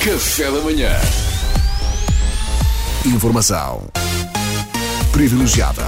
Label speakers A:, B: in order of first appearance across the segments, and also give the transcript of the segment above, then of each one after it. A: Café da manhã. Informação privilegiada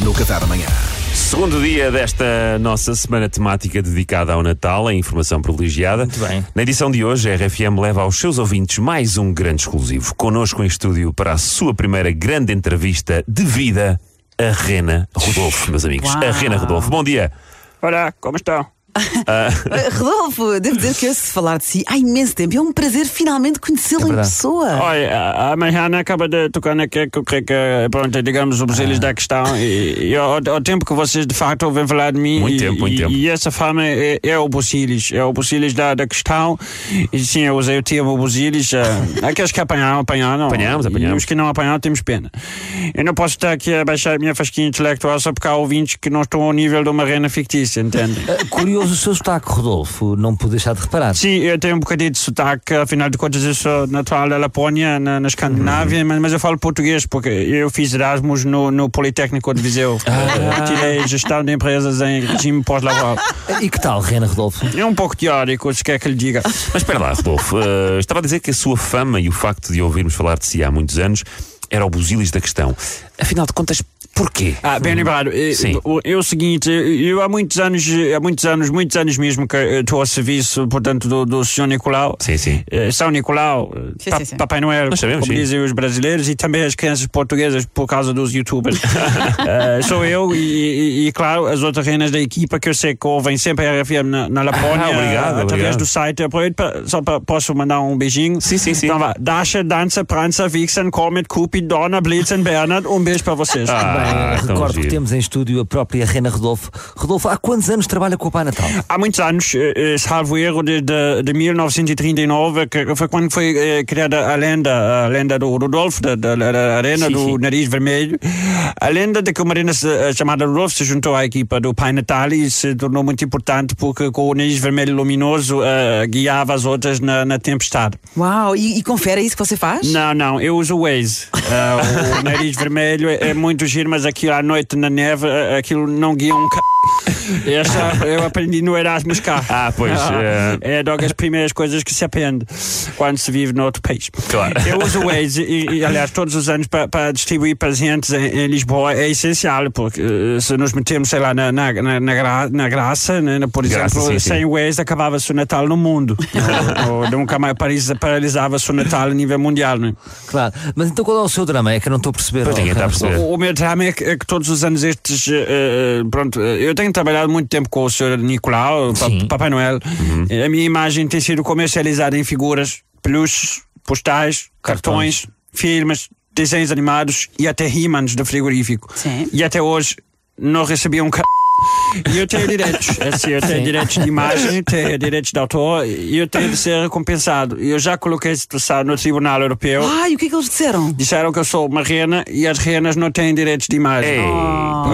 A: no Café da manhã.
B: Segundo dia desta nossa semana temática dedicada ao Natal, a informação privilegiada. Muito
C: bem.
B: Na edição de hoje, a RFM leva aos seus ouvintes mais um grande exclusivo. Connosco em estúdio para a sua primeira grande entrevista de vida, a Rena Rodolfo, meus amigos. A Rena Rodolfo, bom dia.
C: Olá, como estão?
D: Eh, Rodolfo, devo dizer que eu se falar de si há imenso tempo. É um prazer finalmente
E: É
D: conhecê-lo em pessoa.
C: Olha, a- a Mariana acaba de tocar naquilo que eu creio que, pronto, é, digamos, os eles da questão. E, e ao, ao tempo que vocês de facto ouvem falar de mim.
B: Muito
C: e,
B: tempo, muito
C: e,
B: tempo.
C: E essa fama é, é o Busilis, é o Busilis da, da questão. E sim, eu usei o termo Busilis. eh, aqueles que apanharam, apanharam.
B: Apanhamos, apanhamos.
C: E os que não apanharam, temos pena. Eu não posso estar aqui a baixar a minha fasquinha intelectual só porque há ouvintes que não estão ao nível de uma rena fictícia, entende?
E: Curioso o seu sotaque, Rodolfo, não pude deixar de reparar.
C: Sim, eu tenho um bocadinho de sotaque, afinal de contas eu sou natural da Lapónia, na, na Escandinávia, mas, mas eu falo português porque eu fiz Erasmus no, no Politécnico de Viseu. Eu tirei gestão de empresas em regime pós-laboral.
E: E que tal, Rena Rodolfo?
C: É um pouco teórico, se quer que lhe diga.
B: Mas espera lá, Rodolfo. eh, estava a dizer que a sua fama e o facto de ouvirmos falar de si há muitos anos era o busilis da questão. Afinal de contas, porquê?
C: Ah, bem lembrado. Eh,
B: Sim.
C: o- É o seguinte, eh, eu há muitos anos, eh, há muitos anos, muitos anos mesmo que eh, estou ao serviço, portanto, do, do Sr. Nicolau.
B: Sim, sim.
C: Eh, São Nicolau, eh,
D: Sim,
C: Pa-
D: sim, sim.
C: Papai Noel,
B: Nós sabemos,
C: como
B: sim.
C: dizem os brasileiros, e também as crianças portuguesas por causa dos youtubers. Eh, sou eu e, e- e, claro, as outras reinas da equipa que eu sei que ouvem sempre a RFM na, na Lapónia, eh,
B: Ah, obrigado,
C: através
B: obrigado.
C: do site. Aproveito pra- Só para posso mandar um beijinho.
B: Sim, sim, sim.
C: Então, vá. Dasha, Dança, Prança, Vixen, Comet, Cupid, Donna, Blitzen, Bernard. Um beijo para vocês.
B: Ah, tão
E: Recordo que
B: giro.
E: temos em estúdio a própria Rena Rodolfo. Rodolfo, há quantos anos trabalha com o Pai Natal?
B: Ah.
C: Há muitos anos, eh, eh, salvo erro, de, de, de 1939, que foi quando foi eh, criada a lenda, a lenda do Rodolfo, da, da, da, da arena
B: Sim,
C: do
B: sim.
C: nariz vermelho. A lenda de que uma arena se- eh, chamada Rodolfo se juntou à equipa do Pai Natal e se tornou muito importante porque com o nariz vermelho luminoso eh, guiava as outras na, na tempestade.
D: Uau, e, e confere isso que você faz?
C: Não, não, eu uso o Waze. Ah, o nariz vermelho é, é muito giro, mas aquilo à noite na neve, ah, aquilo não guia um c. Essa eu aprendi no Erasmus cá.
B: Ah, pois,
C: é... logo as primeiras coisas que se aprende quando se vive noutro país.
B: Claro.
C: Eu uso o Waze, e, e, aliás, todos os anos para distribuir presentes em, em Lisboa é essencial, porque eh, se nos metemos, sei lá, na, na, na, na gra- na graça, né, na- por
B: Graça,
C: exemplo,
B: sim, sim.
C: sem o Waze acabava-se o Natal no mundo. ou, ou nunca mais paralisa- paralisava-se o Natal a nível mundial, não é?
E: Claro. Mas então qual é o seu drama? É que eu não estou a perceber.
B: Pois
E: oh,
B: ninguém está a
E: Rena
B: perceber.
E: Rodolfo.
C: O, o meu drama é que, é que todos os anos estes. eh, eh, pronto, eh, eu tenho trabalhado muito tempo com o Sr. Nicolau, o pa-
E: Sim.
C: Papai Noel. Eh, A minha imagem tem sido comercializada em figuras, peluches, postais, cartões, filmes, desenhos animados e até rimans do frigorífico.
D: Sim.
C: E até hoje não recebi um c. E eu tenho direitos. Assim, eu tenho direitos de imagem, tenho direitos de autor e eu tenho de ser recompensado. E Eu já coloquei esse dossiê no Tribunal Europeu.
D: Ai, o que é que eles disseram?
C: Disseram que eu sou uma rena e as renas não têm direitos de imagem.
B: Ei,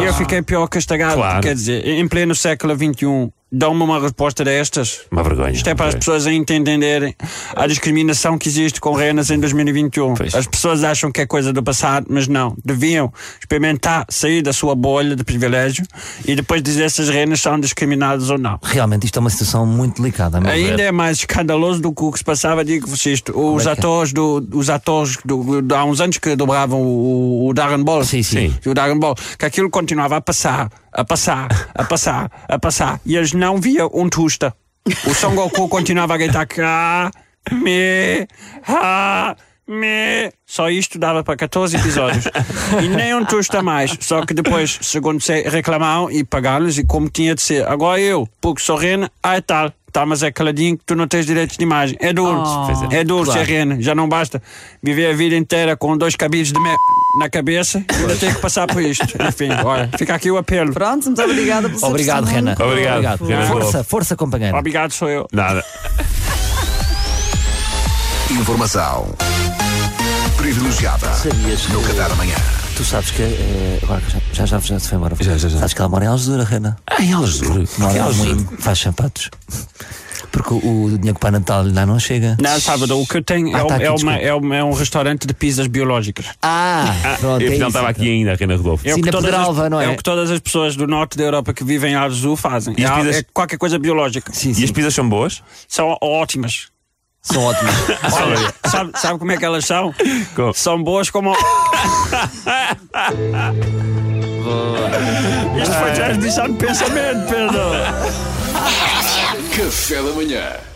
C: E eu fiquei pior que estragado.
B: Claro.
C: Quer dizer, em pleno século XXI, dão-me uma resposta destas.
B: uma vergonha.
C: Isto é para as
B: Ok.
C: pessoas entenderem a discriminação que existe com renas em 2021.
B: Pois.
C: As pessoas acham que é coisa do passado, mas não. Deviam experimentar sair da sua bolha de privilégio e depois dizer se as renas são discriminadas ou não.
E: Realmente isto é uma situação muito delicada. meu
C: Ainda
E: ver.
C: é mais escandaloso do que o que se passava, digo-vos isto. Os
E: é que é?
C: atores, do, os atores do, do- há uns anos que dobravam o, o Dragon Ball.
E: Sim, sim.
C: O Dragon Ball. Que aquilo continuava a passar, a passar, a passar, a passar. E eles não viam um tusta. O Son Goku continuava a gritar cá, me, ha, me. Só isto dava para 14 episódios. E nem um tusta mais. Só que depois, segundo sei, reclamaram e pagaram-lhes e como tinha de ser. Agora eu, porque sou rena, ah, é tal. Tá, mas é caladinho que tu não tens direitos de imagem. É duro.
B: Pois
C: É duro
E: Oh. Claro.
C: ser rena. Já não basta viver a vida inteira com dois cabides de merda na cabeça. Ainda tenho que passar por isto. Enfim, olha, fica aqui o apelo.
D: Pronto, muito obrigada
B: é
D: pelo seu
E: Obrigado,
D: testemunho,
E: Rena.
B: Obrigado, Rena Rodolfo.
E: Força, força, companheiro.
C: Obrigado, sou eu.
B: Nada.
A: Informação privilegiada
E: Sabias
A: no
E: que-
A: Café da manhã.
E: Tu sabes que. eh, agora que já, já, já, já se foi embora. Já, já, já. Sabes que ela mora em Algesura, Rena.
B: Ah, em Algesur.
E: Mora em Almoinho, faz sapatos. Porque o, o dinheiro que o Pai Natal lá não chega.
C: Não, Sábado, o que eu tenho é,
E: Ah,
C: um-
E: tá aqui,
C: é uma-
E: desculpa.
C: é uma- é um restaurante de pizzas biológicas.
E: Ah, pronto. é
B: Afinal,
E: isso,
B: estava
E: então.
B: aqui ainda, Rena Rodolfo.
C: É o
E: Sim,
C: que
E: na
C: todas
E: Pedralva,
C: as,
E: não é?
C: o que todas as pessoas do norte da Europa que vivem em Arzu fazem.
B: E as
C: É,
B: pizzas-
C: é qualquer coisa biológica.
E: Sim,
B: E
E: sim.
B: as pizzas são boas?
C: São ótimas.
E: São ótimas.
C: Olha, sabe, sabe como é que elas são?
B: Como?
C: São boas como. Isto foi já de pensamento, Pedro.
A: Café da manhã.